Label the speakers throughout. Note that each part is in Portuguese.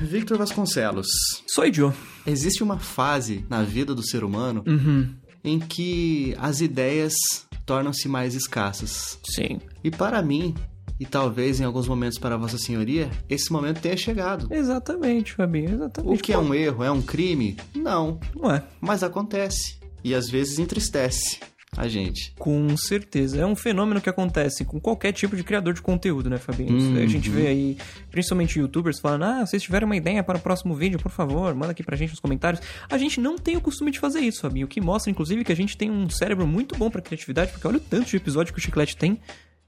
Speaker 1: Victor Vasconcelos.
Speaker 2: Sou eu.
Speaker 1: Existe uma fase na vida do ser humano
Speaker 2: Uhum.
Speaker 1: em que as ideias tornam-se mais escassas.
Speaker 2: Sim.
Speaker 1: E para mim, e talvez em alguns momentos para Vossa Senhoria, esse momento tenha chegado.
Speaker 2: Exatamente, Fabinho.
Speaker 1: O
Speaker 2: Exatamente.
Speaker 1: que é um erro? É um crime? Não,
Speaker 2: Não é.
Speaker 1: mas acontece. E às vezes entristece a gente.
Speaker 2: Com certeza. É um fenômeno que acontece com qualquer tipo de criador de conteúdo, né, Fabinho? Isso, A
Speaker 1: Uhum.
Speaker 2: gente vê aí, principalmente youtubers, falando: ah, vocês tiveram uma ideia para o próximo vídeo, por favor, manda aqui pra gente nos comentários. A gente não tem o costume de fazer isso, Fabinho. O que mostra, inclusive, que a gente tem um cérebro muito bom pra criatividade, porque olha o tanto de episódio que o Chiclete tem.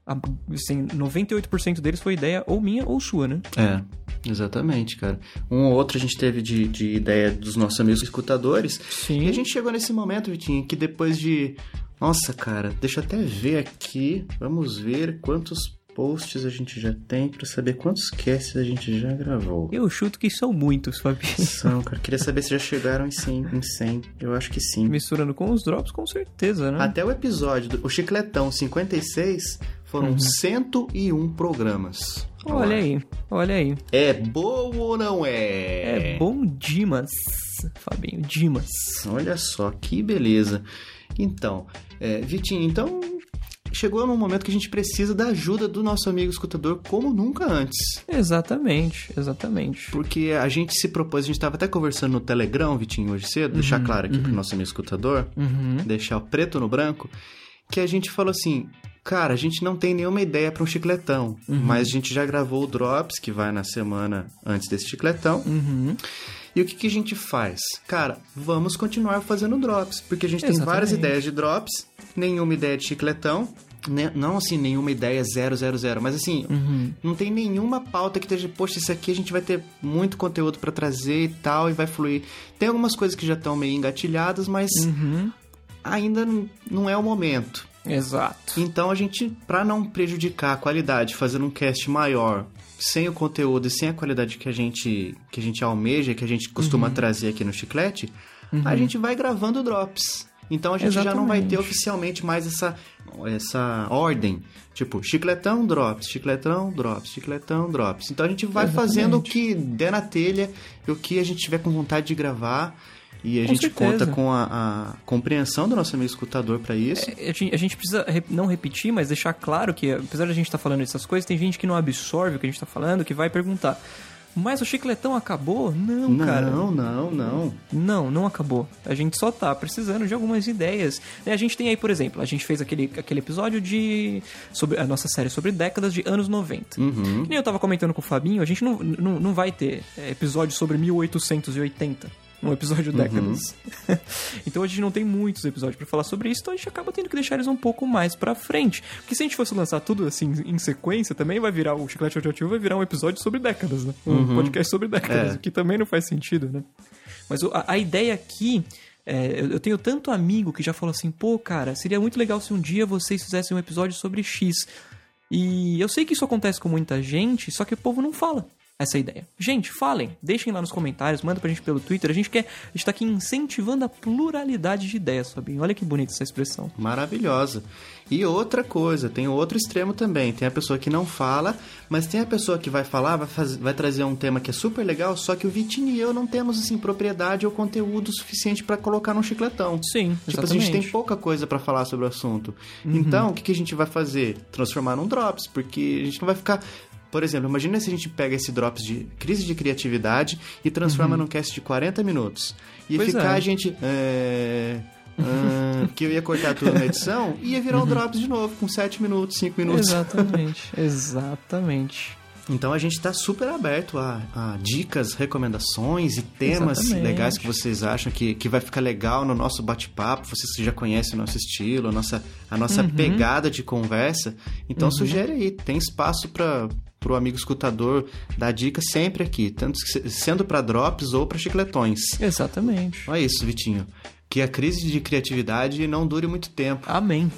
Speaker 2: A- Assim, 98% deles foi ideia ou minha ou sua, né?
Speaker 1: É, exatamente, cara. Um ou outro a gente teve de, de ideia dos nossos amigos escutadores.
Speaker 2: Sim.
Speaker 1: E a gente chegou nesse momento, Vitinho, que depois de. Nossa, cara, deixa eu até ver aqui. Vamos ver quantos posts a gente já tem pra saber quantos casts a gente já gravou.
Speaker 2: Eu chuto que são muitos, Fabinho.
Speaker 1: São, cara. Queria saber se já chegaram em 100. Em 100. Eu acho que sim.
Speaker 2: Misturando com os drops, com certeza, né?
Speaker 1: Até o episódio, do, o Chicletão 56, foram 101 programas.
Speaker 2: Uhum. Olha aí, olha aí.
Speaker 1: É bom ou não é?
Speaker 2: É bom Dimas, Fabinho, Dimas.
Speaker 1: Olha só que beleza. Então, é, Vitinho, então chegou num momento que a gente precisa da ajuda do nosso amigo escutador como nunca antes.
Speaker 2: Exatamente, exatamente.
Speaker 1: Porque a gente se propôs, a gente estava até conversando no Telegram, Vitinho, hoje cedo, deixar claro aqui pro nosso amigo escutador,
Speaker 2: Uhum.
Speaker 1: deixar o preto no branco, que a gente falou assim. Cara, a gente não tem nenhuma ideia para um chicletão, mas a gente já gravou o Drops, que vai na semana antes desse chicletão.
Speaker 2: Uhum.
Speaker 1: E o que, que a gente faz? Cara, vamos continuar fazendo drops, porque a gente tem
Speaker 2: Exatamente.
Speaker 1: várias ideias de drops, nenhuma ideia de chicletão, né? não assim, nenhuma ideia 000, mas assim,
Speaker 2: Uhum.
Speaker 1: não tem nenhuma pauta que esteja, poxa, isso aqui a gente vai ter muito conteúdo pra trazer e tal, e vai fluir. Tem algumas coisas que já estão meio engatilhadas, mas
Speaker 2: Uhum.
Speaker 1: ainda n- não é o momento.
Speaker 2: Exato.
Speaker 1: Então a gente, pra não prejudicar a qualidade, fazendo um cast maior, sem o conteúdo e sem a qualidade que a gente que a gente almeja, que a gente costuma
Speaker 2: Uhum.
Speaker 1: trazer aqui no Chiclete, a gente vai gravando drops. Então a gente já não vai ter
Speaker 2: Exatamente.
Speaker 1: oficialmente mais essa essa ordem, tipo chicletão drops, chicletão drops, chicletão drops. Então a gente vai fazendo o que der na telha, e o que a gente tiver com vontade de gravar. E a
Speaker 2: Com
Speaker 1: gente
Speaker 2: certeza.
Speaker 1: conta com a, a compreensão do nosso amigo escutador pra isso.
Speaker 2: A gente, a gente precisa re- não repetir, mas deixar claro que, apesar de a gente estar falando essas coisas, tem gente que não absorve o que a gente está falando, que vai perguntar. Mas o chicletão acabou? Não,
Speaker 1: Não,
Speaker 2: cara.
Speaker 1: não, não.
Speaker 2: Não, não acabou. A gente só tá precisando de algumas ideias. né? A gente tem aí, por exemplo, a gente fez aquele, aquele episódio de. sobre a nossa série sobre décadas de anos 90.
Speaker 1: Uhum.
Speaker 2: Que nem eu tava comentando com o Fabinho, a gente não, não, não vai ter é, episódio sobre 1880. Um episódio
Speaker 1: Uhum.
Speaker 2: décadas. então a gente não tem muitos episódios pra falar sobre isso, então a gente acaba tendo que deixar eles um pouco mais pra frente. Porque se a gente fosse lançar tudo assim em sequência, também vai virar o Chiclete Audioativo, vai virar um episódio sobre décadas, né? Um podcast sobre décadas,
Speaker 1: Uhum. É.
Speaker 2: o que também não faz sentido, né? Mas o- a, a ideia aqui. é, eu eu tenho tanto amigo que já falou assim, pô, cara, seria muito legal se um dia vocês fizessem um episódio sobre X. E eu sei que isso acontece com muita gente, só que o povo não fala essa ideia. Gente, falem, deixem lá nos comentários, manda pra gente pelo Twitter. A gente quer. A gente tá aqui incentivando a pluralidade de ideias, Fabinho. Olha que bonita essa expressão.
Speaker 1: Maravilhosa. E outra coisa, tem outro extremo também. Tem a pessoa que não fala, mas tem a pessoa que vai falar, vai, faz- vai trazer um tema que é super legal, só que o Vitinho e eu não temos, assim, propriedade ou conteúdo suficiente pra colocar num chicletão.
Speaker 2: Sim,
Speaker 1: Tipo, assim, a gente tem pouca coisa pra falar sobre o assunto.
Speaker 2: Uhum.
Speaker 1: Então, o que, que a gente vai fazer? Transformar num drops, porque a gente não vai ficar... Por exemplo, imagina se a gente pega esse drops de crise de criatividade e transforma num cast de 40 minutos. E
Speaker 2: Uhum. Pois
Speaker 1: ficar
Speaker 2: é.
Speaker 1: a gente... é, ah, que eu ia cortar tudo na edição e ia
Speaker 2: Uhum.
Speaker 1: virar um drops de novo, com 7 minutos, 5 minutos.
Speaker 2: Exatamente, exatamente.
Speaker 1: Então a gente está super aberto a, a dicas, recomendações e temas
Speaker 2: Exatamente.
Speaker 1: legais que vocês acham que, que vai ficar legal no nosso bate-papo. Vocês que já conhecem o nosso estilo, a nossa, a nossa pegada de conversa. Então sugere aí, tem espaço para o amigo escutador dar dica sempre aqui, tanto se- sendo para drops ou para chicletões.
Speaker 2: Exatamente.
Speaker 1: Então é isso, Vitinho. Que a crise de criatividade não dure muito tempo.
Speaker 2: Amém.